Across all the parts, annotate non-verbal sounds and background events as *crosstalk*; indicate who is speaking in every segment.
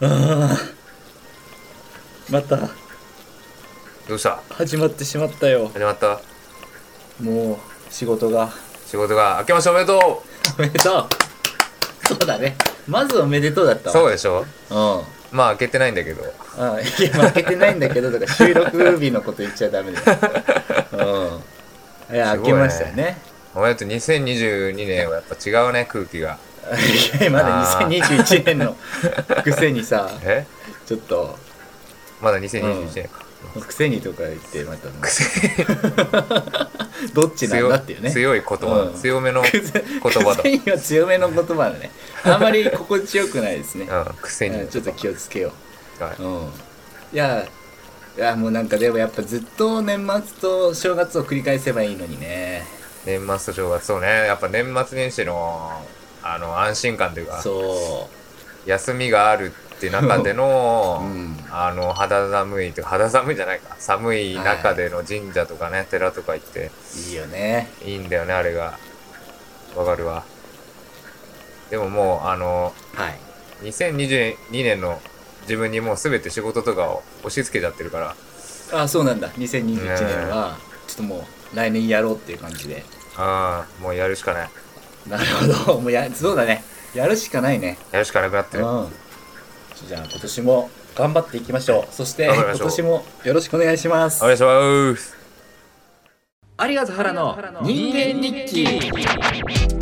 Speaker 1: あーまた
Speaker 2: どうした
Speaker 1: 始まってしまったよ
Speaker 2: 始まった
Speaker 1: もう仕事が
Speaker 2: 仕事が明けましておめでと
Speaker 1: おめでとうそうだねまずおめでとうだった
Speaker 2: う
Speaker 1: わ
Speaker 2: そうでしょ
Speaker 1: うんあ
Speaker 2: まあ明けてないんだけど
Speaker 1: あいや負けてないんだけどとか収録日のこと言っちゃダメだようんいや開
Speaker 2: すごい
Speaker 1: け
Speaker 2: ね
Speaker 1: ましたね
Speaker 2: お前だと2022年はやっぱ違うね空気が
Speaker 1: いやまだ2021年 *laughs* のくせにさ
Speaker 2: え
Speaker 1: ちょっと
Speaker 2: まだ2021年か、
Speaker 1: くせにとか言ってまたね
Speaker 2: くせ
Speaker 1: *laughs* どっちなんだ
Speaker 2: 強
Speaker 1: っていうね
Speaker 2: 強い言葉、
Speaker 1: うん
Speaker 2: 強
Speaker 1: *laughs*
Speaker 2: めの
Speaker 1: く
Speaker 2: 言
Speaker 1: せ
Speaker 2: 葉だ
Speaker 1: *laughs* くせには強めの言葉だねあんまり心地よくないですね
Speaker 2: うん癖に、
Speaker 1: うんちょっと気をつけよ
Speaker 2: は
Speaker 1: う、うん、いやいやもうなんかでもやっぱずっと年末と正月を繰り返せばいいのにね
Speaker 2: い年末と正月そうねやっぱ年末年始のあの安心感というか
Speaker 1: そ
Speaker 2: 休みがあるって中での、
Speaker 1: *laughs* う、うん、
Speaker 2: あの肌寒いというか肌寒いじゃないか寒い中での神社とかね、寺とか行って
Speaker 1: いいよね
Speaker 2: いいんだよねあれがわかるわでももうあの
Speaker 1: はい
Speaker 2: 2022年の自分にもう全て仕事とかを押し付けちゃってるから
Speaker 1: あそうなんだ2021年はちょっともう来年やろうっていう感じで
Speaker 2: ああもうやるしかない
Speaker 1: なるほどもう *laughs* やそうだねやるしかないね
Speaker 2: やるしかなくなって
Speaker 1: うん
Speaker 2: る
Speaker 1: じゃあ今年も頑張っていきましょうそして
Speaker 2: 頑張り
Speaker 1: 今
Speaker 2: ましょう
Speaker 1: 年もよろしくお願いします
Speaker 2: お願いします
Speaker 1: 有賀原の人間日記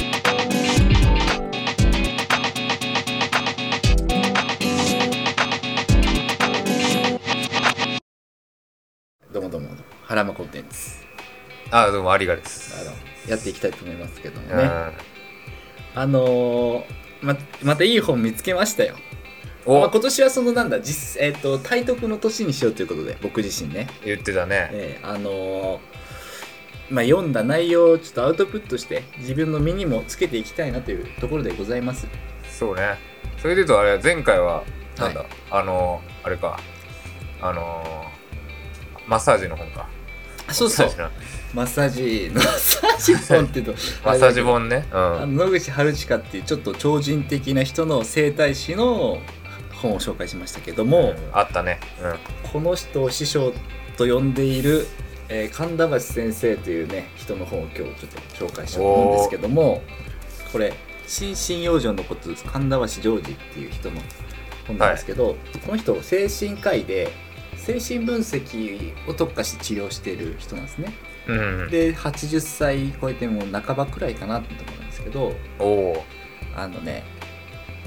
Speaker 1: どうもどうも原間コンテンツ
Speaker 2: ああどうもありがで
Speaker 1: あ
Speaker 2: す
Speaker 1: のやっていきたいと思いますけども
Speaker 2: う
Speaker 1: ね
Speaker 2: ん
Speaker 1: あのー、ままたいい本見つけましたよ、まあ、
Speaker 2: お
Speaker 1: 今年はそのなんだ実、えっと体得の年にしようということで僕自身ね
Speaker 2: 言ってたね
Speaker 1: ええあのーまあ、読んだ内容をちょっとアウトプットして自分の身にもつけていきたいなというところでございます
Speaker 2: そうねそれで言うとあれ前回はなんだ、
Speaker 1: は
Speaker 2: あのあれかあのマッサージの本か
Speaker 1: そうそう
Speaker 2: マッサージ
Speaker 1: マッサージマッサージ本っていうと
Speaker 2: の *laughs* マッサージ本ねう
Speaker 1: あの
Speaker 2: ん
Speaker 1: 野口春近っていうちょっと超人的な人の整体師の本を紹介しましたけども、
Speaker 2: うんあったねうん
Speaker 1: この人を師匠と呼んでいる、えー神田橋先生というね人の本を今日ちょっと紹介しようと思うんですけどもこれ「心身養生のことです神田橋ジョージ」っていう人の本なんですけど、この人精神科医で精神分析を特化して治療している人なんですね
Speaker 2: うん
Speaker 1: で80歳超えてもう半ばくらいかなってところなんですけど
Speaker 2: おおー
Speaker 1: あのね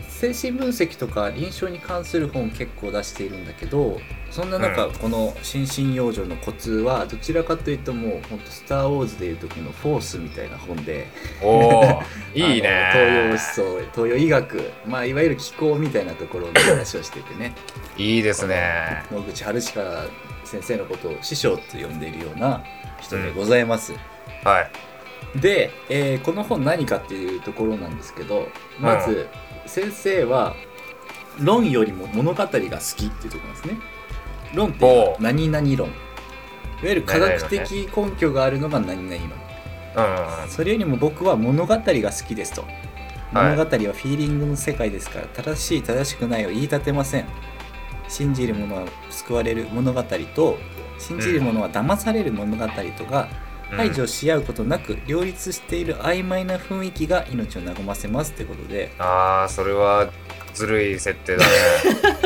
Speaker 1: 精神分析とか臨床に関する本結構出しているんだけどそんな中、
Speaker 2: う
Speaker 1: この「心身養生のコツ」はどちらかというともうほんと「スター・ウォーズ」でいうとこの「フォース」みたいな本で
Speaker 2: お
Speaker 1: *laughs*
Speaker 2: おいい
Speaker 1: あの
Speaker 2: ね
Speaker 1: 東洋思想東洋医学、まあ、いわゆる気候みたいなところの話をしててね
Speaker 2: いいですね
Speaker 1: 野口春親先生のことを師匠と呼んでいるような人でございます。
Speaker 2: はい
Speaker 1: で、えーこの本何かっていうところなんですけどまず先生は論よりも物語が好きっていうところなんですね。論っていうのは
Speaker 2: ほう
Speaker 1: 何々論。いわゆる科学的根拠があるのが何々論。
Speaker 2: うん
Speaker 1: それよりも僕は物語が好きですと。
Speaker 2: は
Speaker 1: 物
Speaker 2: い
Speaker 1: 語はフィーリングの世界ですから正しい正しくないを言い立てません。信じる者は救われる物語と信じる者は騙される物語とが
Speaker 2: うん
Speaker 1: 排除し合うことなく両立している曖昧な雰囲気が命を和ませますってことで
Speaker 2: ああそれはずるい設
Speaker 1: *laughs*
Speaker 2: 定だ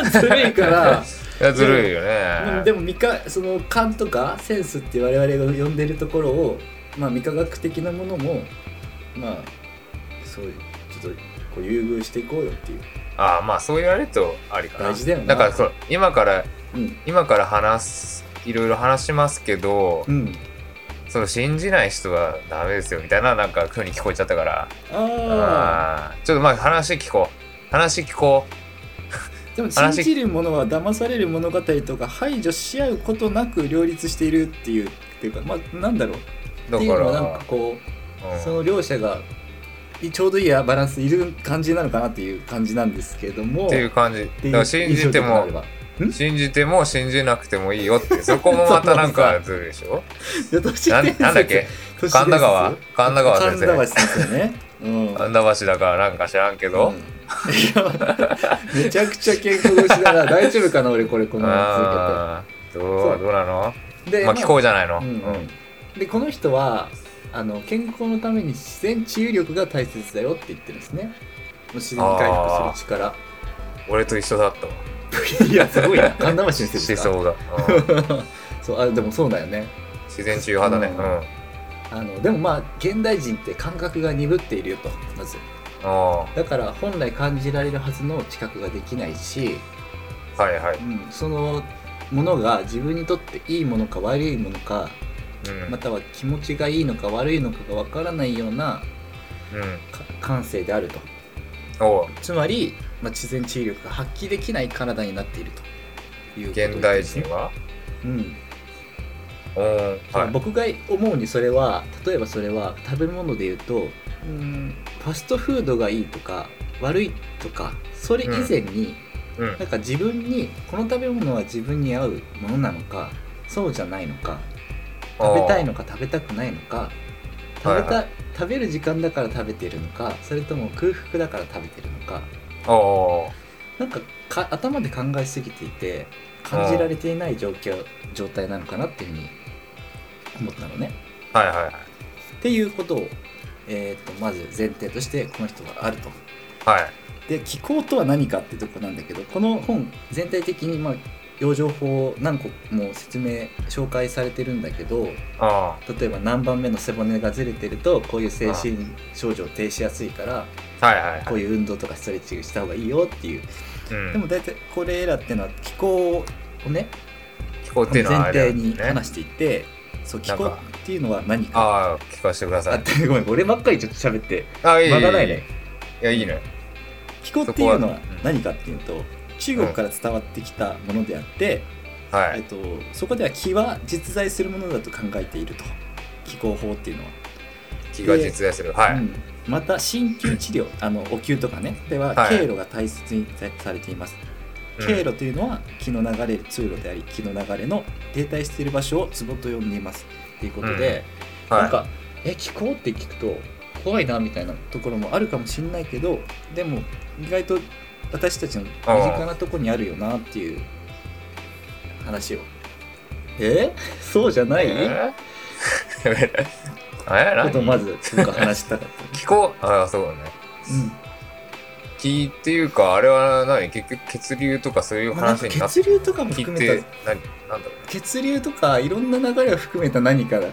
Speaker 2: ね
Speaker 1: それから
Speaker 2: *laughs* いやずるいよ
Speaker 1: うん
Speaker 2: ね
Speaker 1: でも未かその勘とかセンスって我々が呼んでるところを、まあ、未科学的なものもまあそういうちょっとこう優遇していこうよっていう、
Speaker 2: ああまあそう言われるとありかな
Speaker 1: 大事だよな
Speaker 2: からそう今から
Speaker 1: うん
Speaker 2: 今から話すいろいろ話しますけど、
Speaker 1: うん、
Speaker 2: その信じない人はダメですよみたいななんか風に聞こえちゃったから
Speaker 1: ああ
Speaker 2: あーちょっとまあ話聞こう話聞こ
Speaker 1: でも信
Speaker 2: 話
Speaker 1: じるものは騙される物語とか排除し合うことなく両立しているっていうっていうかまあなんだろう
Speaker 2: うだ
Speaker 1: っていう
Speaker 2: か
Speaker 1: の
Speaker 2: ら
Speaker 1: はなんかこう
Speaker 2: うん
Speaker 1: その両者がいちょうどいいバランスいる感じなのかなっていう感じなんですけれども
Speaker 2: っていう感じ
Speaker 1: っていう
Speaker 2: だから信じて
Speaker 1: 印象的
Speaker 2: も
Speaker 1: なのがあ
Speaker 2: 信じても信じなくてもいいよってそこもまたなんかずるいでしょ
Speaker 1: れば都市
Speaker 2: な
Speaker 1: 伝
Speaker 2: ん
Speaker 1: 説
Speaker 2: なんだっ
Speaker 1: *laughs*
Speaker 2: け
Speaker 1: 都市伝説
Speaker 2: 神田川神田川
Speaker 1: *laughs* 神
Speaker 2: 先
Speaker 1: 田
Speaker 2: 生
Speaker 1: 橋先生ねうん
Speaker 2: 神田橋だからなんか知らんけど、
Speaker 1: うんめちゃくちゃ健康越しだな大丈夫かな俺これこのまま
Speaker 2: あーど
Speaker 1: そう
Speaker 2: うどうなの
Speaker 1: 続けてで
Speaker 2: まあ聞こうじゃないの、
Speaker 1: うんでこの人はあの健康のために自然治癒力が大切だよって言ってるんですねもう自然に回復する力
Speaker 2: 俺と一緒だったわ
Speaker 1: いやすごいな神田橋先生で
Speaker 2: し
Speaker 1: すか
Speaker 2: そうだ、
Speaker 1: *laughs*
Speaker 2: うん
Speaker 1: そうあでもそうだよね
Speaker 2: 自然中派だね
Speaker 1: う
Speaker 2: うんん、
Speaker 1: あのでもまあ現代人って感覚が鈍っているよとまず
Speaker 2: あ
Speaker 1: だから本来感じられるはずの知覚ができないし、
Speaker 2: あはいはい、
Speaker 1: うん、そのものが自分にとっていいものか悪いものか
Speaker 2: うん
Speaker 1: または気持ちがいいのか悪いのかがわからないような
Speaker 2: うん
Speaker 1: か感性であると
Speaker 2: おう
Speaker 1: つまり、まあ、自然治癒力が発揮できない体になっているということ
Speaker 2: 現代人、は
Speaker 1: うん
Speaker 2: おうんはい
Speaker 1: 僕が思うにそれは例えばそれは食べ物で言うとうんファストフードがいいとか悪いとかそれ以前に、
Speaker 2: うん
Speaker 1: なんか自分にこの食べ物は自分に合うものなのかそうじゃないのか食べたいのか食べたくないのか食べた、
Speaker 2: は
Speaker 1: 食べる時間だから食べてるのかそれとも空腹だから食べてるのか
Speaker 2: おお
Speaker 1: なんかか頭で考えすぎていて感じられていない状況状態なのかなっていうふうに思ったのね。
Speaker 2: うはいはいはい
Speaker 1: っていうことを、えー、とまず前提としてこの人はあると。
Speaker 2: はい
Speaker 1: で気候とは何かってとこなんだけどこの本全体的にまあ養生法何個も説明紹介されてるんだけど
Speaker 2: あ
Speaker 1: 例えば何番目の背骨がずれてるとこういう精神症状を停止しやすいから
Speaker 2: あはいはいは
Speaker 1: こ
Speaker 2: いう
Speaker 1: いう運動とかストレッチした方がいいよっていう
Speaker 2: うん
Speaker 1: でも大体これらっていうのは気候をね
Speaker 2: 聞こえて
Speaker 1: 前
Speaker 2: るのはあれ
Speaker 1: 提
Speaker 2: だ
Speaker 1: に
Speaker 2: よね
Speaker 1: 話していってそう気
Speaker 2: なん
Speaker 1: 候
Speaker 2: か
Speaker 1: っていうのは何か
Speaker 2: ああ聞かせてくだ
Speaker 1: あ
Speaker 2: さい
Speaker 1: ごめん俺ばっかりちょっと喋って
Speaker 2: あいい
Speaker 1: 間がないね
Speaker 2: いやいいね
Speaker 1: 気候っていうのは
Speaker 2: そこはうん
Speaker 1: 何かっていうと中国から伝わってきたものであって、
Speaker 2: は
Speaker 1: えっ
Speaker 2: い
Speaker 1: と、そこでは気は実在するものだと考えていると気候法っていうのは、
Speaker 2: 気が実在するは
Speaker 1: う
Speaker 2: い
Speaker 1: んまた鍼灸治療あのお灸とかねでは
Speaker 2: はい
Speaker 1: 経路が大切にされています、
Speaker 2: うん
Speaker 1: 経路というのは気の流れる通路であり気の流れの停滞している場所をツボと呼んでいますっていうことで、
Speaker 2: は
Speaker 1: なん
Speaker 2: い
Speaker 1: かえ気候って聞くと怖いなみたいなところもあるかもしれないけどでも意外と私たちの身近なとこにあるよなっていう話をえそうじゃ
Speaker 2: *laughs*
Speaker 1: ない、
Speaker 2: えーえ
Speaker 1: ことを
Speaker 2: 何
Speaker 1: まず僕は話したかった、
Speaker 2: 気候ああ *laughs* そうだね
Speaker 1: う
Speaker 2: 気っていうかあれは何結局血流とかそういうん
Speaker 1: まあなん
Speaker 2: 話
Speaker 1: か
Speaker 2: になっ
Speaker 1: 血流とかも
Speaker 2: 気って
Speaker 1: 含め
Speaker 2: 何
Speaker 1: た
Speaker 2: なんだろうね
Speaker 1: 血流とかいろんな流れを含めた何かだ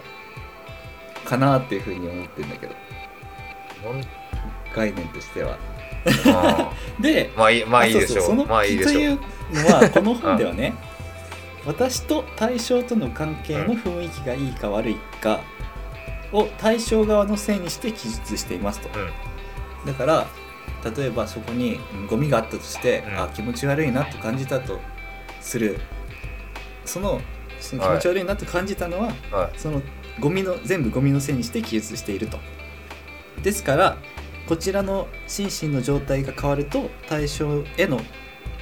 Speaker 1: かなっていうふうに思ってるんだけど
Speaker 2: ほん
Speaker 1: 概念としては *laughs*
Speaker 2: あ
Speaker 1: で
Speaker 2: ーまあいいまあいいでし
Speaker 1: あそうそうそ
Speaker 2: ょう
Speaker 1: の
Speaker 2: まあい
Speaker 1: 気
Speaker 2: いで
Speaker 1: と
Speaker 2: し
Speaker 1: い
Speaker 2: ょう
Speaker 1: うのはこの本ではね私と対象との関係の雰囲気がいいか悪いかを対象側のせいにして記述していますと、
Speaker 2: うん
Speaker 1: だから例えばそこにうんゴミがあったとして、
Speaker 2: うん
Speaker 1: あ気持ち悪いなと感じたとするそのその気持ち悪いなと感じたのは、
Speaker 2: は
Speaker 1: そのゴミの全部ゴミのせいにして記述しているとですからこちらの心身の状態が変わると対象への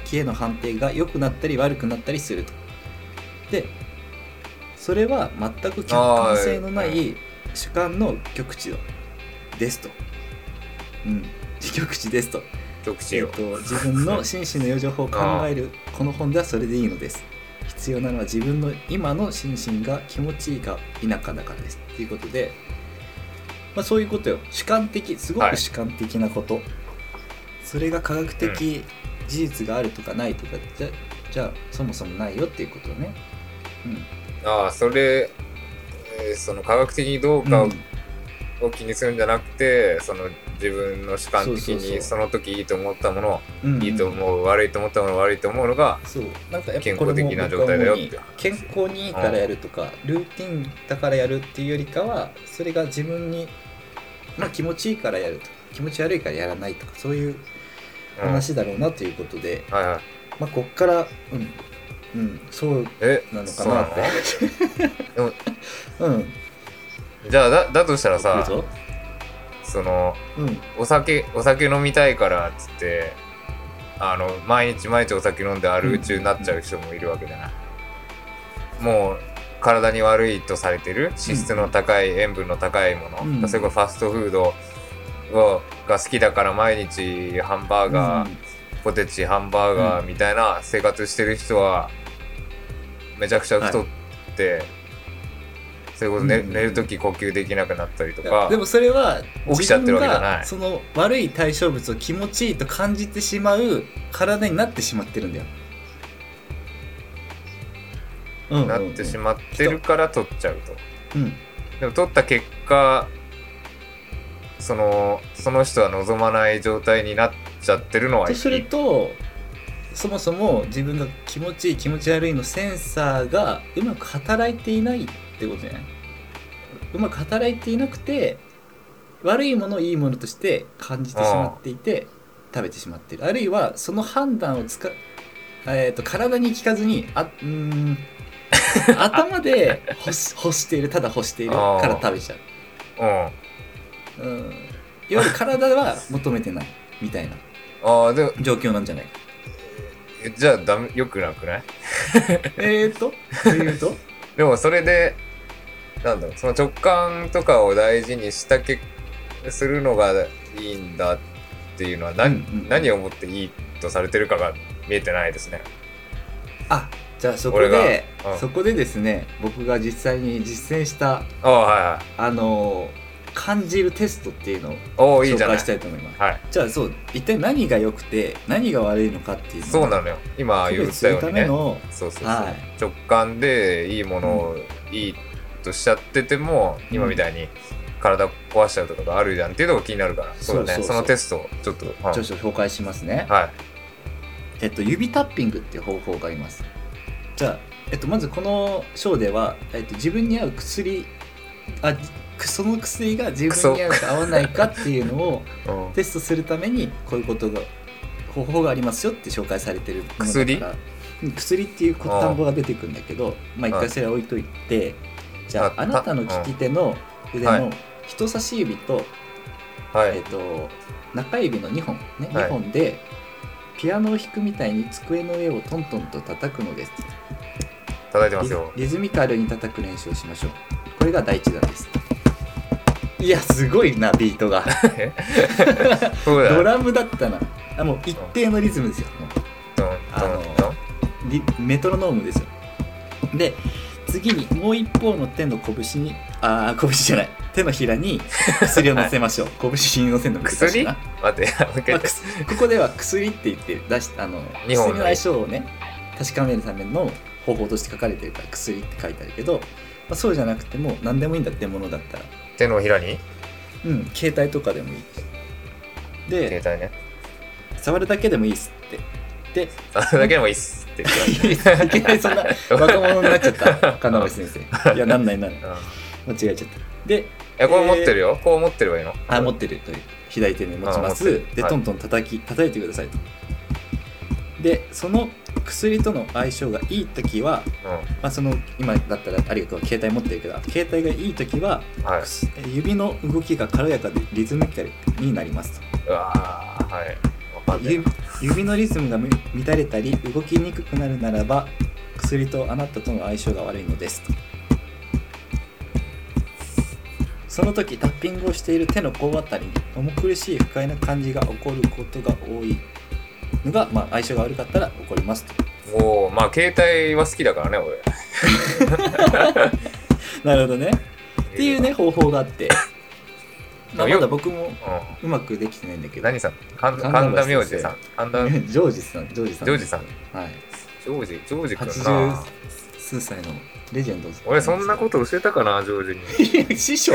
Speaker 1: 気への判定が良くなったり悪くなったりするとでそれは全く客観性のな
Speaker 2: あー
Speaker 1: い主観の極地ですとうん極地ですと,、
Speaker 2: 極地
Speaker 1: えっ
Speaker 2: を
Speaker 1: と自分の心身の養生法を考えるこの本ではそれでいいのです必要なのは自分の今の心身が気持ちいいか否かだからですということで、まあ、そういうことよ主観的すご
Speaker 2: は
Speaker 1: く
Speaker 2: い
Speaker 1: 主観的なこと、それが科学的事実があるとかないとかじゃじゃあそもそもないよっていうことねう、
Speaker 2: ああそれえーその科学的にどうんか
Speaker 1: う
Speaker 2: を
Speaker 1: ん
Speaker 2: を気にするんじゃなくてその自分の主観的
Speaker 1: そうそうそう
Speaker 2: にその時いいと思ったもの
Speaker 1: うん
Speaker 2: いいと思う悪いと思ったもの悪いと思うのが
Speaker 1: そうなんかやっぱ
Speaker 2: 健
Speaker 1: これ
Speaker 2: 康
Speaker 1: も
Speaker 2: 的な状態だよって
Speaker 1: 僕は思うに健康にいいからやるとか、ルーティンだからやるっていうよりかはそれが自分に、まあ、気持ちいいからやるとか気持ち悪いからやらないとかそういう
Speaker 2: うん
Speaker 1: 話だろうなということで、
Speaker 2: はいはい
Speaker 1: まあこっからうん、うん、そう
Speaker 2: え
Speaker 1: なのか
Speaker 2: そう
Speaker 1: なっ
Speaker 2: なの
Speaker 1: てうん
Speaker 2: じゃあだだとした
Speaker 1: 来
Speaker 2: ら
Speaker 1: る
Speaker 2: さ
Speaker 1: ぞ
Speaker 2: その
Speaker 1: うん
Speaker 2: お酒お酒飲みたいからっつってあの毎日毎日お酒飲んである宇宙になっちゃう人もいるわけじゃない、もう体に悪いとされてる脂質の高い塩分の高いもの、
Speaker 1: うん
Speaker 2: 例えばファストフードをが好きだから毎日ハンバーガー、ポテチハンバーガーみたいな生活してる人はめちゃくちゃ太って、それこそ寝,、
Speaker 1: うんうんうん
Speaker 2: 寝る時呼吸できなくなったりと
Speaker 1: いや
Speaker 2: か
Speaker 1: でもそれは
Speaker 2: 起きちゃってるわけじゃない
Speaker 1: 自分がその悪い対象物を気持ちいいと感じてしまう体になってしまってるんだよ。うん
Speaker 2: なってしまってるから取っちゃうと。
Speaker 1: うんうん、
Speaker 2: でも取った結果そのその人は望まない状態になっちゃってるのは
Speaker 1: とするとそもそも自分が気持ちいい気持ち悪いのセンサーがうまく働いていないってことじゃないうまく働いていなくて悪いものをいいものとして感じてしまっていて食べてしまっているあるいはその判断をつか、えー、と体に聞かずにあうーん頭で干し干しているただ干しているから食べちゃう
Speaker 2: うん、あ
Speaker 1: うんいわゆる体は求めてないみたいな
Speaker 2: あでも
Speaker 1: 状況なんじゃないか
Speaker 2: えじゃあダメよくなくない
Speaker 1: えーと、というと、
Speaker 2: でもそれでなんだろうその直感とかを大事にしたけするのがいいんだっていうのは何,、
Speaker 1: うんうん
Speaker 2: 何をもっていいとされてるかが見えてないですね。
Speaker 1: あ、じゃあそこ
Speaker 2: 俺
Speaker 1: で、
Speaker 2: がうん
Speaker 1: そこでですね、僕が実際に実践した、
Speaker 2: ああはいはい。
Speaker 1: あのー感じるテストっていうのを
Speaker 2: おおいい
Speaker 1: 紹
Speaker 2: じゃない。
Speaker 1: 介したいと思います。
Speaker 2: はい、
Speaker 1: じゃあそう、一体何が良くて、何が悪いのかっていうのを
Speaker 2: そうなのよ。今
Speaker 1: 区
Speaker 2: 言っ
Speaker 1: 別す
Speaker 2: た
Speaker 1: る
Speaker 2: よう
Speaker 1: た
Speaker 2: に
Speaker 1: め
Speaker 2: ね。
Speaker 1: の、
Speaker 2: そうそうそう、
Speaker 1: はい
Speaker 2: 直感でいいものをいいとしちゃってても、今みたいに体壊しちゃうとかがあるじゃんっていうのが気になるからそうだ
Speaker 1: そ
Speaker 2: ね
Speaker 1: うそ
Speaker 2: そ
Speaker 1: うそう
Speaker 2: のテストをちょっと、うん
Speaker 1: 著書を紹介しますね。
Speaker 2: はい
Speaker 1: えっと、指タッピングっていう方法があります。じゃあ、えっと、まずこの章では、えっと、自分に合う薬、あ、その薬が自分に合うか合わないかっていうのを、
Speaker 2: うん
Speaker 1: テストするためにこういうことが方法がありますよって紹介されてるものだから
Speaker 2: 薬
Speaker 1: うん薬っていう単語が出てくるんだけどまあ一
Speaker 2: は
Speaker 1: 回
Speaker 2: い
Speaker 1: それは置いといてじゃあ
Speaker 2: あ
Speaker 1: あなたの利き手の腕
Speaker 2: は
Speaker 1: の
Speaker 2: い
Speaker 1: 人差し指と,、
Speaker 2: は
Speaker 1: え
Speaker 2: い
Speaker 1: っと中指の2本ね
Speaker 2: はい
Speaker 1: 2本でピアノを弾くみたいに机の上をトントンと叩くのです
Speaker 2: 叩いてま
Speaker 1: リ
Speaker 2: すよ
Speaker 1: リズミカルに叩く練習をしましょうこれが第一弾ですいやすごいなビートが
Speaker 2: そうだ
Speaker 1: *laughs* ド
Speaker 2: よ
Speaker 1: ラムだったなあもう一定のリズムですよもう
Speaker 2: ドンドンドン
Speaker 1: リメトロノームですよで次にもう一方の手の拳にああ拳じゃない手のひらに薬を乗せましょう、拳に乗せるの難しい
Speaker 2: 薬
Speaker 1: な、ま
Speaker 2: 待ってもう一回言
Speaker 1: あ
Speaker 2: っ
Speaker 1: く
Speaker 2: て
Speaker 1: すここでは薬って言って出しあの
Speaker 2: *laughs* 日本の
Speaker 1: 薬の相性をね確かめるための方法として書かれてるから薬って書いてあるけど、まあ、そうじゃなくても何でもいいんだってものだったら
Speaker 2: 手のひらに
Speaker 1: うん携帯とかでもいい
Speaker 2: 携
Speaker 1: で
Speaker 2: 帯ね
Speaker 1: 触るだけでもいいっすってで
Speaker 2: あれだけでもいいっすって
Speaker 1: いきなりそんな若者になっちゃ
Speaker 2: *laughs*
Speaker 1: った金橋先生いやなんないなんない *laughs*
Speaker 2: うん
Speaker 1: 間違えちゃったで
Speaker 2: えこれ持ってるよ、こう持ってればいいの
Speaker 1: あ持ってるという左手に持ちま
Speaker 2: あ持
Speaker 1: す
Speaker 2: ってる
Speaker 1: で
Speaker 2: はい
Speaker 1: トントン叩き叩いてくださいとでその薬との相性がいい時は、
Speaker 2: う
Speaker 1: まあ、その今だったらあるいは携帯持ってるけど携帯がいい時は
Speaker 2: んはい
Speaker 1: す指の動きが軽やかでリズミカルになりますと
Speaker 2: うわーはいわかんない
Speaker 1: 指指のリズムがむ乱れたり動きにくくなるならば薬とあなたとの相性が悪いのですとその時タッピングをしている手の甲あたりに重苦しい不快な感じが起こることが多いのが、まあ、相性が悪かったら起こりますと
Speaker 2: もうまあ携帯は好きだからね俺
Speaker 1: なるほどねっていうね方法があ
Speaker 2: *laughs*
Speaker 1: って、まあ、
Speaker 2: よ
Speaker 1: まだ僕も
Speaker 2: うん
Speaker 1: うまくできてないんだけど
Speaker 2: 何さん神田
Speaker 1: 神
Speaker 2: 神
Speaker 1: 田
Speaker 2: 田
Speaker 1: 明
Speaker 2: 明
Speaker 1: 治
Speaker 2: 治
Speaker 1: さ
Speaker 2: さ
Speaker 1: ん
Speaker 2: ん神田
Speaker 1: *laughs* ジ
Speaker 2: ジ
Speaker 1: ョージさんジョージさん
Speaker 2: ョージさん
Speaker 1: はい
Speaker 2: ジョージジョージ君な
Speaker 1: 80数歳のレジェンド
Speaker 2: 俺そんなこと教えたかなジョージに
Speaker 1: 師匠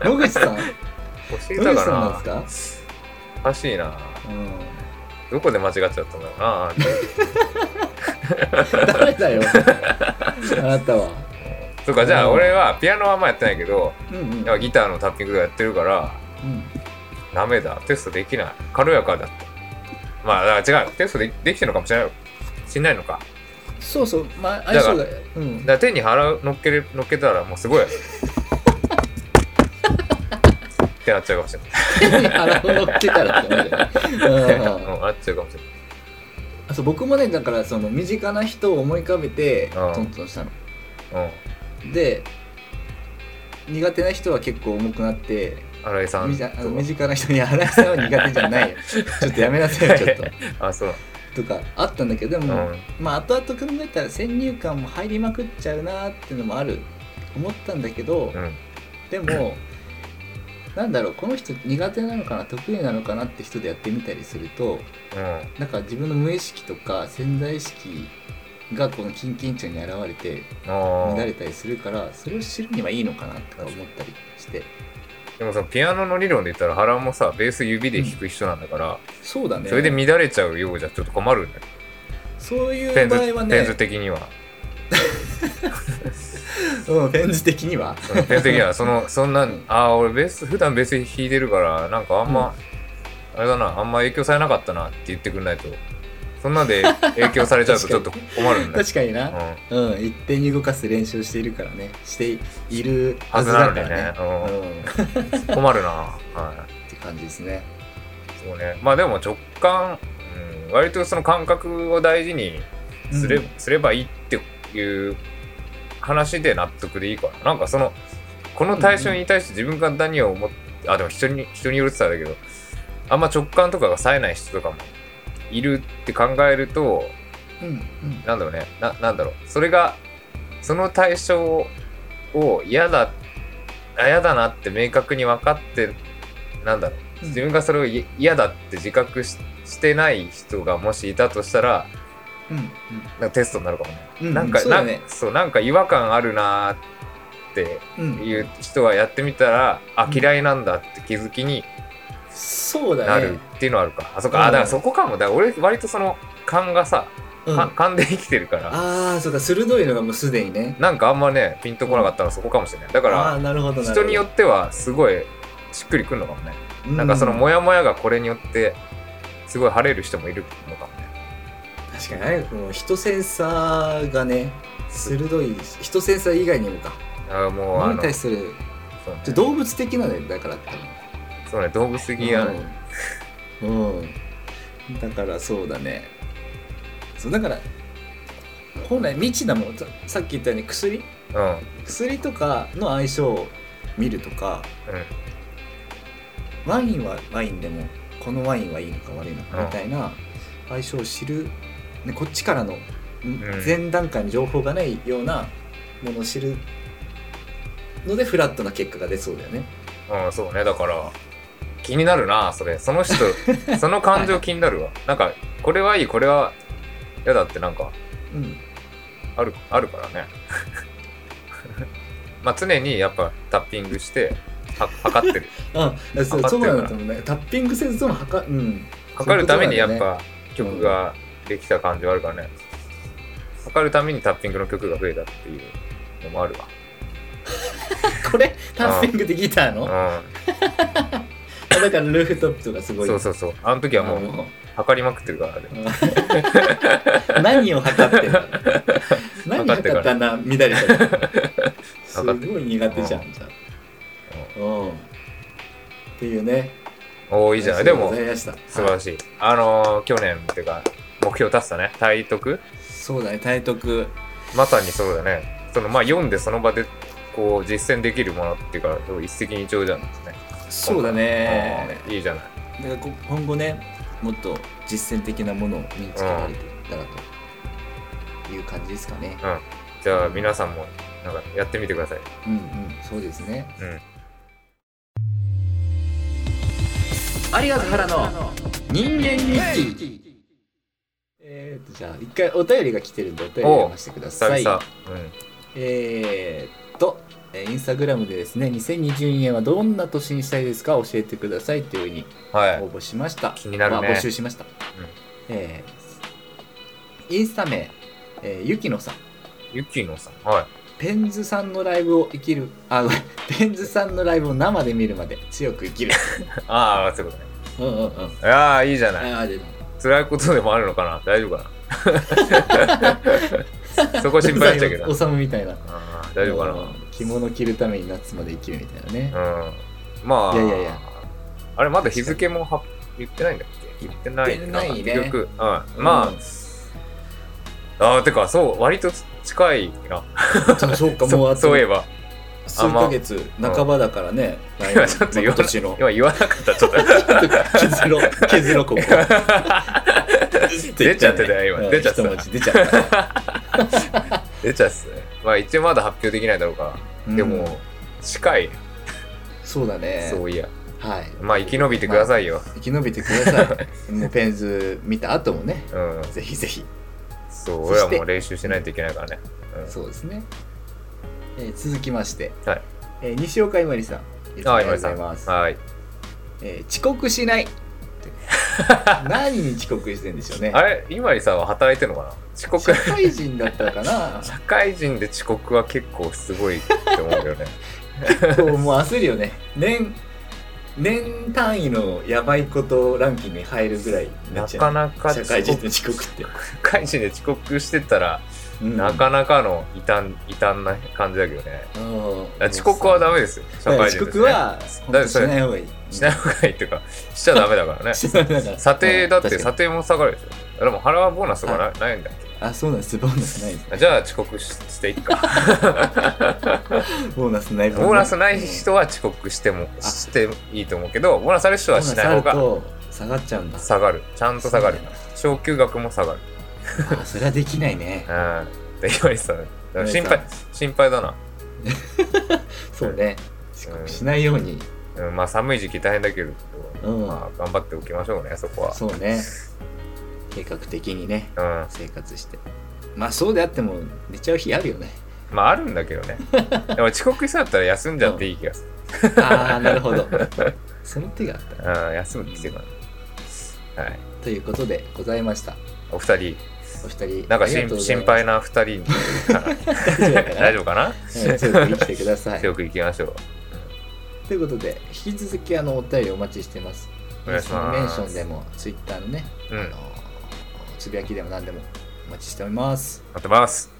Speaker 1: 野口さん
Speaker 2: 教え
Speaker 1: 野
Speaker 2: た
Speaker 1: 口さんなん
Speaker 2: か
Speaker 1: で
Speaker 2: なおかしいな
Speaker 1: す
Speaker 2: どこで間違っちゃったんだろうな
Speaker 1: か、うん、誰だよあなたは
Speaker 2: そうかじゃあ俺はピアノはあんまやってないけど
Speaker 1: うんうん、うん、
Speaker 2: いやギターのタッピングとかやってるからダメだテストできない軽やかだったまあだから違うテストでできてるのかもしれないしんないのか
Speaker 1: そうそうまあ
Speaker 2: ら
Speaker 1: 相性がうん
Speaker 2: だから手に腹乗っけれ *laughs* 乗っけたらもうすごいってなっちゃうかもしれな
Speaker 1: 手
Speaker 2: い
Speaker 1: に腹を乗っけたらって思うじゃないうん
Speaker 2: うん、あっちゃうかもしれない。
Speaker 1: あそう僕もねだからその身近な人を思い浮かべて
Speaker 2: うん
Speaker 1: トントンしたの
Speaker 2: うん、
Speaker 1: で苦手な人は結構重くなって
Speaker 2: 新井さん
Speaker 1: 身近あの
Speaker 2: と
Speaker 1: 身近な人に荒井さんは苦手じゃないよちょっとやめなさいよちょっ
Speaker 2: あそう、
Speaker 1: ととかあったんだけどで
Speaker 2: うん
Speaker 1: も、まあ後々考えたら先入観も入りまくっちゃうなーっていうのもある思ったんだけど、
Speaker 2: うん
Speaker 1: でもなんだろうこの人苦手なのかな得意なのかなって人でやってみたりすると
Speaker 2: う
Speaker 1: なんか自分の無意識とか潜在意識がこのキンキンチョに現れて
Speaker 2: ん、あ
Speaker 1: 乱
Speaker 2: あ
Speaker 1: れたりするからそれを知るにはいいのかなとか思ったりして
Speaker 2: でもさピアノの理論で言ったら原もさベース指で弾く人なんだから、
Speaker 1: そうだね
Speaker 2: それで乱れちゃうようじゃちょっと困るんだけ
Speaker 1: そう
Speaker 2: ど
Speaker 1: い
Speaker 2: 点
Speaker 1: う場合は
Speaker 2: 図点
Speaker 1: ね
Speaker 2: 図的には
Speaker 1: うんペンズ的には
Speaker 2: うん点図的にはそのそんな
Speaker 1: うん
Speaker 2: ああ俺ベース普段ベース弾いてるからなんかあんま、あれだなあんま影響されなかったなって言ってくれないとそんなんで影響されちゃうとちょっ
Speaker 1: 確
Speaker 2: と
Speaker 1: か
Speaker 2: 困るんだよ
Speaker 1: 確かにな、
Speaker 2: うん
Speaker 1: うん、一定に動かす練習をしているからねしているはずだ
Speaker 2: な
Speaker 1: か
Speaker 2: のに
Speaker 1: らね
Speaker 2: ね
Speaker 1: うん、っ
Speaker 2: うん、困るなは
Speaker 1: て感じですね
Speaker 2: いそうねまあでも直感、うん、割とその感覚を大事にすれ,、
Speaker 1: うん
Speaker 2: すればいいっていう話で納得でいいからなんかそのこの対象に対して自分が何を思って、あでも人に人によるって言ったらあれだけどあんま直感とかが冴えない人とかもいるって考えると
Speaker 1: うんうん
Speaker 2: なんだろうねななんだろうそれがその対象を嫌だあ嫌だなって明確に分かってなんだろ
Speaker 1: う
Speaker 2: う
Speaker 1: ん
Speaker 2: 自分がそれをい嫌だって自覚ししてない人がもしいたとしたら
Speaker 1: うんうん
Speaker 2: なんかテストになるかもね。
Speaker 1: うん
Speaker 2: なんか、
Speaker 1: そう
Speaker 2: な
Speaker 1: だ
Speaker 2: ん
Speaker 1: ね
Speaker 2: そうなんか違和感あるなーっ
Speaker 1: うん
Speaker 2: ていう人はやってみたら、あ嫌いなんだって気づきに
Speaker 1: そう
Speaker 2: な
Speaker 1: だ
Speaker 2: る
Speaker 1: ね
Speaker 2: っていうのはあるか、あそっか、
Speaker 1: うん
Speaker 2: あだからそこかもだから俺割とその勘がさ、
Speaker 1: うん
Speaker 2: 勘勘で生きてるから
Speaker 1: ああそうか鋭いのがもうすでにね
Speaker 2: なんかあんまねピンとこなかったらそこかもしれないだか
Speaker 1: あ
Speaker 2: ら
Speaker 1: ーなるほどなるほど
Speaker 2: 人によってはすごいしっくりくるのかもね、
Speaker 1: う
Speaker 2: なんかそのモヤモヤがこれによってすごい晴れる人もいるのかもね
Speaker 1: 確かにあれこの人センサーがね鋭い人センサー以外にもか
Speaker 2: あもうあ
Speaker 1: 何
Speaker 2: の
Speaker 1: に対する
Speaker 2: そうね
Speaker 1: ちょ動物的なのよだからって
Speaker 2: そうね動物的やね、
Speaker 1: うん、うんだからそうだねそうだから本来未知なものささっき言ったように薬
Speaker 2: うん
Speaker 1: 薬とかの相性を見るとか
Speaker 2: う
Speaker 1: ワインはワインでもこのワインはいいのか悪いのかみたいな相性を知る、ね、こっちからの前段階の情報がないようなものを知るのでフラットな結果が出そうだよね。
Speaker 2: ん、うん、そうねだから気になるなそれその
Speaker 1: *laughs*
Speaker 2: 人その感情気になるわなんかこれはいいこれは嫌だってなんか
Speaker 1: うん、
Speaker 2: あるあるからね *laughs* まあ常にやっぱタッピングしては
Speaker 1: *laughs*
Speaker 2: 測ってる
Speaker 1: あそう
Speaker 2: 測ってるから
Speaker 1: そうなんだと思うねタッピングせずともはか、うん、
Speaker 2: 測るためにやっ
Speaker 1: そういう
Speaker 2: ぱ曲ができた感じはあるからね測るためにタッピングの曲が増えたっていうのもある
Speaker 1: これタッピングでギターのあ
Speaker 2: わ、
Speaker 1: だからルーフトップとかす
Speaker 2: う
Speaker 1: ご
Speaker 2: ん、
Speaker 1: い
Speaker 2: そうそうそうあの時はもう
Speaker 1: も
Speaker 2: 測りまくってるからね
Speaker 1: う何を測ってんの *laughs* 何
Speaker 2: 測って
Speaker 1: 測
Speaker 2: か
Speaker 1: っ
Speaker 2: ら
Speaker 1: たんだ乱れたのす
Speaker 2: 測って
Speaker 1: ごい苦手じゃんじゃあうんっていうね
Speaker 2: おおいいじゃないでも
Speaker 1: ありがとうございました
Speaker 2: 素晴らしいあのー去年っていうか目標達したね体得
Speaker 1: そうだね体得
Speaker 2: まさにそうだねそのまあ読んでその場でこう実践できるものっていうか一石二鳥じゃんですね
Speaker 1: そうだね
Speaker 2: うんいいじゃない
Speaker 1: だからこ今後ねもっと実践的なものを身につけられていったらという感じですかね
Speaker 2: じゃあ皆さんもなんかやってみてください
Speaker 1: うんうんそうですね
Speaker 2: うん
Speaker 1: ありがとう原の人間日記えー、とじゃあ一回お便りが来てるんでお便り読ませてくだ
Speaker 2: 久
Speaker 1: さい
Speaker 2: 々、
Speaker 1: えー、っとえーインスタグラムでですね2022年はどんな年にしたいですか教えてくださいというふうに
Speaker 2: うんはい
Speaker 1: 応募しました、
Speaker 2: 気になるね
Speaker 1: まあ、募集しました、えーインスタ名、えーゆきのさん
Speaker 2: ゆきのさん。はい。
Speaker 1: ペンズさんのライブを生きるあごめん *laughs* ペンズさんのライブを生で見るまで強く生
Speaker 2: *laughs*
Speaker 1: きる
Speaker 2: ああ、そういうことね。
Speaker 1: うんうんうん
Speaker 2: ああ、いいじゃない。
Speaker 1: ああでも
Speaker 2: 辛いことでもあるのかな大丈夫かな *laughs* そこ心配になっちゃうけど
Speaker 1: お。さむみたいな
Speaker 2: あー大丈夫か
Speaker 1: うん着物着るために夏まで生きるみたいなね、
Speaker 2: なうん。まあ、
Speaker 1: いやいやいや
Speaker 2: あれ、まだ日付もは言ってないんだっけ言ってない
Speaker 1: 言ってないね
Speaker 2: 結局、うん。まあ、ああ、てか、そう、割と近いな。
Speaker 1: そうかもう
Speaker 2: *laughs* そ
Speaker 1: あと
Speaker 2: そういえば。
Speaker 1: 数ヶ月半ばだからね、来
Speaker 2: 今
Speaker 1: 年
Speaker 2: *laughs* ちょっと言
Speaker 1: 今
Speaker 2: わな
Speaker 1: 年の
Speaker 2: 今言わなかったちょっと *laughs*
Speaker 1: 削ろう削ろうここ
Speaker 2: 出ちゃってたよ今出ちゃってた
Speaker 1: うん一文字出ちゃった
Speaker 2: 出ちゃうっすねまあ一応まだ発表できないだろうから、
Speaker 1: うん
Speaker 2: *laughs* でも近い、
Speaker 1: そうだね
Speaker 2: そういや
Speaker 1: はい
Speaker 2: まあ生き延びてくださ
Speaker 1: い、
Speaker 2: いよ、
Speaker 1: まあ生き延びてくださ
Speaker 2: *laughs*
Speaker 1: いもうペンズ見た後もね
Speaker 2: うん
Speaker 1: ぜひぜひ
Speaker 2: そう
Speaker 1: そし
Speaker 2: 俺
Speaker 1: て
Speaker 2: はもう練習しないといけないからね、うん
Speaker 1: そうですね、えー続きまして、
Speaker 2: はい
Speaker 1: えー西岡いまりさんいつも
Speaker 2: あ
Speaker 1: あ
Speaker 2: あ
Speaker 1: り
Speaker 2: 今
Speaker 1: がとうご
Speaker 2: 井さ
Speaker 1: ざい
Speaker 2: ん
Speaker 1: ます、
Speaker 2: はい
Speaker 1: えー遅刻し
Speaker 2: *laughs*
Speaker 1: ない何に遅刻してんでしょうね
Speaker 2: あれ今井さんは働いてるのかな遅刻
Speaker 1: 社会人だったかな
Speaker 2: 社会人で遅刻は結構すごいって思うけ
Speaker 1: *laughs*
Speaker 2: どね
Speaker 1: こうもう焦るよね年年単位のやばいことランキングに入るぐらいにな
Speaker 2: な
Speaker 1: っちゃ
Speaker 2: か
Speaker 1: う
Speaker 2: なか
Speaker 1: 社
Speaker 2: 遅刻
Speaker 1: 会人の遅刻って、
Speaker 2: 社会人で遅刻してたら、
Speaker 1: うん
Speaker 2: なかなかの異端異端な感じだけどね
Speaker 1: うん
Speaker 2: だから遅刻はダメですよ社
Speaker 1: だから
Speaker 2: 会
Speaker 1: 遅
Speaker 2: 人です、
Speaker 1: 刻
Speaker 2: ね、
Speaker 1: は本
Speaker 2: だっ
Speaker 1: 当
Speaker 2: て
Speaker 1: に
Speaker 2: そ
Speaker 1: し
Speaker 2: れ
Speaker 1: ない方がいい
Speaker 2: しない方がいいっていうかしちゃダメ
Speaker 1: *laughs*
Speaker 2: だからね
Speaker 1: しない方がいい
Speaker 2: 査定だって
Speaker 1: うん確か
Speaker 2: 査
Speaker 1: に
Speaker 2: 定も下がるでしょでも払うボーナスとかな,、ないんだっ
Speaker 1: あそうなんですボーナスない
Speaker 2: けじゃあ遅刻ししてい
Speaker 1: *laughs*
Speaker 2: っか
Speaker 1: ボーナスない
Speaker 2: ボーナスない人は遅刻してもしていいと思うけどボーナスある人
Speaker 1: ボー
Speaker 2: は
Speaker 1: ナ
Speaker 2: し
Speaker 1: ス
Speaker 2: ない
Speaker 1: あ
Speaker 2: 方
Speaker 1: る
Speaker 2: が
Speaker 1: と下がっちゃうんだ
Speaker 2: 下がるちゃんと下がる
Speaker 1: そうなんだ
Speaker 2: 昇給額も下がる
Speaker 1: あそれはできないね
Speaker 2: うんで岩井さんだから心
Speaker 1: 岩井
Speaker 2: 配心配だな、
Speaker 1: そうね遅刻しないように
Speaker 2: うん、まあ寒い時期大変だけど、
Speaker 1: うん
Speaker 2: まあ頑張っておきましょうねそこは
Speaker 1: そうね計画的にね
Speaker 2: うん
Speaker 1: 生活してまあそうであっても寝ちゃう日あるよ
Speaker 2: *laughs*
Speaker 1: ね
Speaker 2: まああるんだけど
Speaker 1: *laughs*
Speaker 2: ねでも遅刻しそうだったら休んじゃっていい気がする、
Speaker 1: ああなるほどその手があった
Speaker 2: うん、休むっていうかはい
Speaker 1: ということでございました
Speaker 2: お二人
Speaker 1: お二人
Speaker 2: なんか
Speaker 1: あ
Speaker 2: し
Speaker 1: りがとうござい
Speaker 2: 心
Speaker 1: ます
Speaker 2: 配な二人
Speaker 1: 大丈夫だかな
Speaker 2: 大丈夫かな
Speaker 1: うん強く生きてください
Speaker 2: *laughs* 強くいきましょう
Speaker 1: ということで引き続きあのお便りお待ちしてます
Speaker 2: お願いします
Speaker 1: メンションでもツイッターのね、
Speaker 2: うん
Speaker 1: あのつぶやきでも何でもお待ちしております
Speaker 2: 待ってます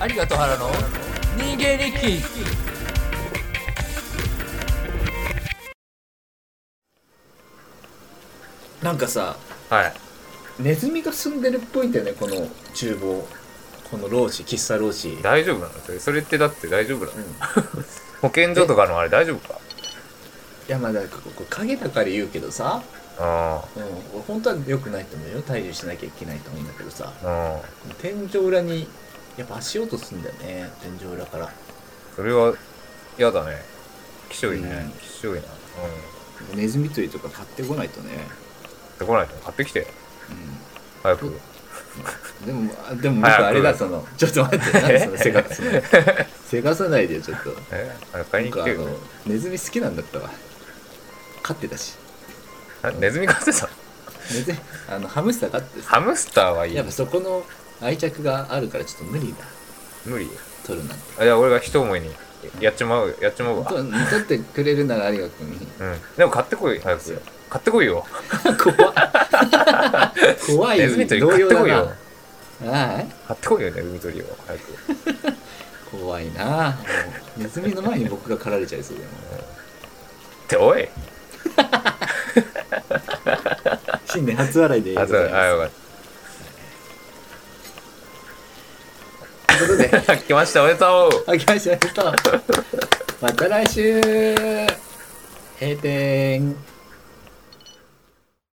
Speaker 1: ありがとう原の逃げ力なんかさ
Speaker 2: はい
Speaker 1: ネズミが住んでるっぽいんだよねこの厨房この老子喫茶老子、うん、
Speaker 2: 大丈夫なのそれそれってだって大丈夫なの保健所とかのあれ大丈夫か
Speaker 1: いやまあだからここ影だから言うけどさ、
Speaker 2: あ
Speaker 1: うん、俺本当は良くないと思うよ退治しなきゃいけないと思うんだけどさ
Speaker 2: あ
Speaker 1: 天井裏にやっぱ足音するんだよね天井裏から
Speaker 2: それは嫌だねきしょいね、
Speaker 1: うん
Speaker 2: きしょいなうん
Speaker 1: ネズミ捕りとか買ってこないとね、
Speaker 2: でこないと買ってきて早く
Speaker 1: うん、でもあでも僕あれだ
Speaker 2: 早く
Speaker 1: そのちょっと待って何そのせかす
Speaker 2: *laughs*
Speaker 1: のせかさないでよちょっと
Speaker 2: えあれ買い
Speaker 1: な
Speaker 2: に
Speaker 1: ん
Speaker 2: 行
Speaker 1: か
Speaker 2: っ
Speaker 1: あ
Speaker 2: てよ
Speaker 1: のネズミ好きなんだったわ飼ってたし
Speaker 2: なネズミ飼ってたの
Speaker 1: ネズミあのハムスター飼ってた
Speaker 2: ハムスターはいい
Speaker 1: やっぱそこの愛着があるからちょっと無理だ
Speaker 2: 無理
Speaker 1: 取るなんて
Speaker 2: あじゃあ俺が一思いにやっちまうやっちまうわ
Speaker 1: と取ってくれるなら有賀君に
Speaker 2: うんでも買ってこい早く買ってこいよ
Speaker 1: 怖っ怖い
Speaker 2: ネズミ捕り買ってこいよ
Speaker 1: なはい
Speaker 2: 買ってこいよネズミ捕りを早く
Speaker 1: 怖いなもうネズミの前に僕が狩られちゃいそうでも
Speaker 2: っておい
Speaker 1: 新年初笑いでご
Speaker 2: あそう
Speaker 1: ざい
Speaker 2: あ
Speaker 1: ま
Speaker 2: よかっ
Speaker 1: すということで
Speaker 2: た *laughs* 来ましたおめでとう
Speaker 1: あきましたまた来週閉店